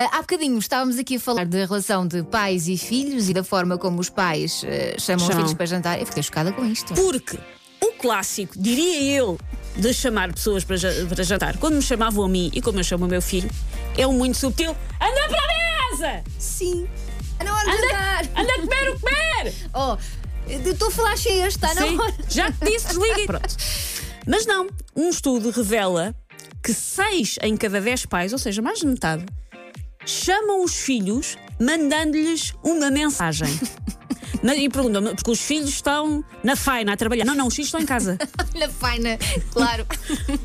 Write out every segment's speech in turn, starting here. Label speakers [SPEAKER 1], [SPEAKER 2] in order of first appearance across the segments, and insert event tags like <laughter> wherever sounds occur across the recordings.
[SPEAKER 1] Eh, Há bocadinho estávamos aqui a falar da relação de pais e filhos e da forma como os pais eh, chamam os
[SPEAKER 2] Chamam.
[SPEAKER 1] filhos para jantar. Eu fiquei chocada com isto.
[SPEAKER 2] Porque o clássico, diria eu, de chamar pessoas para, ja- para jantar, quando me chamavam a mim e como eu chamo o meu filho, é um muito subtil. Anda para a mesa!
[SPEAKER 1] Sim. É Na hora de
[SPEAKER 2] Anda,
[SPEAKER 1] jantar.
[SPEAKER 2] anda comer o comer!
[SPEAKER 1] Oh, eu estou <laughs> a falar cheia, está na
[SPEAKER 2] Sim,
[SPEAKER 1] hora. <laughs>
[SPEAKER 2] já te disse, desliga. Pronto. Mas não, um estudo revela que 6 em cada 10 pais, ou seja, mais de metade, chamam os filhos mandando-lhes
[SPEAKER 1] <laughs>
[SPEAKER 2] uma mensagem. Na- E perguntam-me, porque os filhos estão na faina a trabalhar. Não, não, os filhos estão em casa.
[SPEAKER 1] Na faina, claro.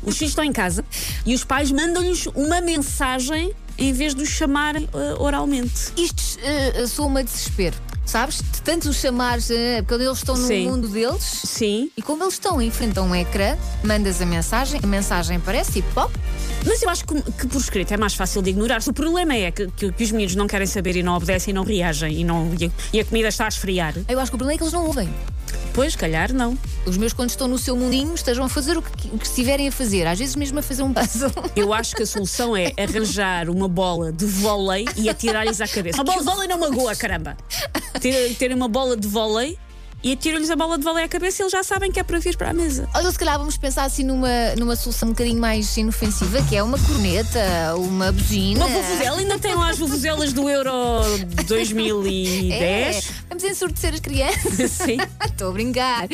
[SPEAKER 2] Os filhos estão em casa e os pais mandam-lhes uma mensagem em vez de os chamarem eh, oralmente.
[SPEAKER 1] Isto eh, soa-me a desespero, sabes? De tanto os chamares, eh, porque eles estão no
[SPEAKER 2] Sim.
[SPEAKER 1] mundo deles.
[SPEAKER 2] Sim.
[SPEAKER 1] E como eles estão em frente a um ecrã, mandas a mensagem, a mensagem aparece e pop,
[SPEAKER 2] Mas eu acho que, que por escrito é mais fácil de ignorar. O problema é que, que- que os meninos não querem saber e não obedecem e não reagem e, não, e, a, e a comida está a esfriar.
[SPEAKER 1] Eu acho que o problema é que eles não ouvem.
[SPEAKER 2] Pois, calhar não.
[SPEAKER 1] Os meus, quando estão no seu mundinho, estejam a fazer o que, o que estiverem a fazer, às vezes mesmo a fazer um puzzle.
[SPEAKER 2] Eu acho que a solução é arranjar uma bola de vôlei e atirar-lhes à cabeça. Uma bola de vôlei não magoa, caramba! Ter, terem uma bola de vôlei e atiram-lhes a bola de vôlei à cabeça e eles já sabem que é para vir para a mesa.
[SPEAKER 1] Olha, se calhar vamos pensar assim numa, numa solução um bocadinho mais inofensiva, que é uma corneta, uma buzina.
[SPEAKER 2] Uma vuvuzela, ainda tem lá as vuvuzelas do Euro 2010.
[SPEAKER 1] É, vamos ensurdecer as crianças. <laughs>
[SPEAKER 2] <laughs> Sim.
[SPEAKER 1] Estou a brincar.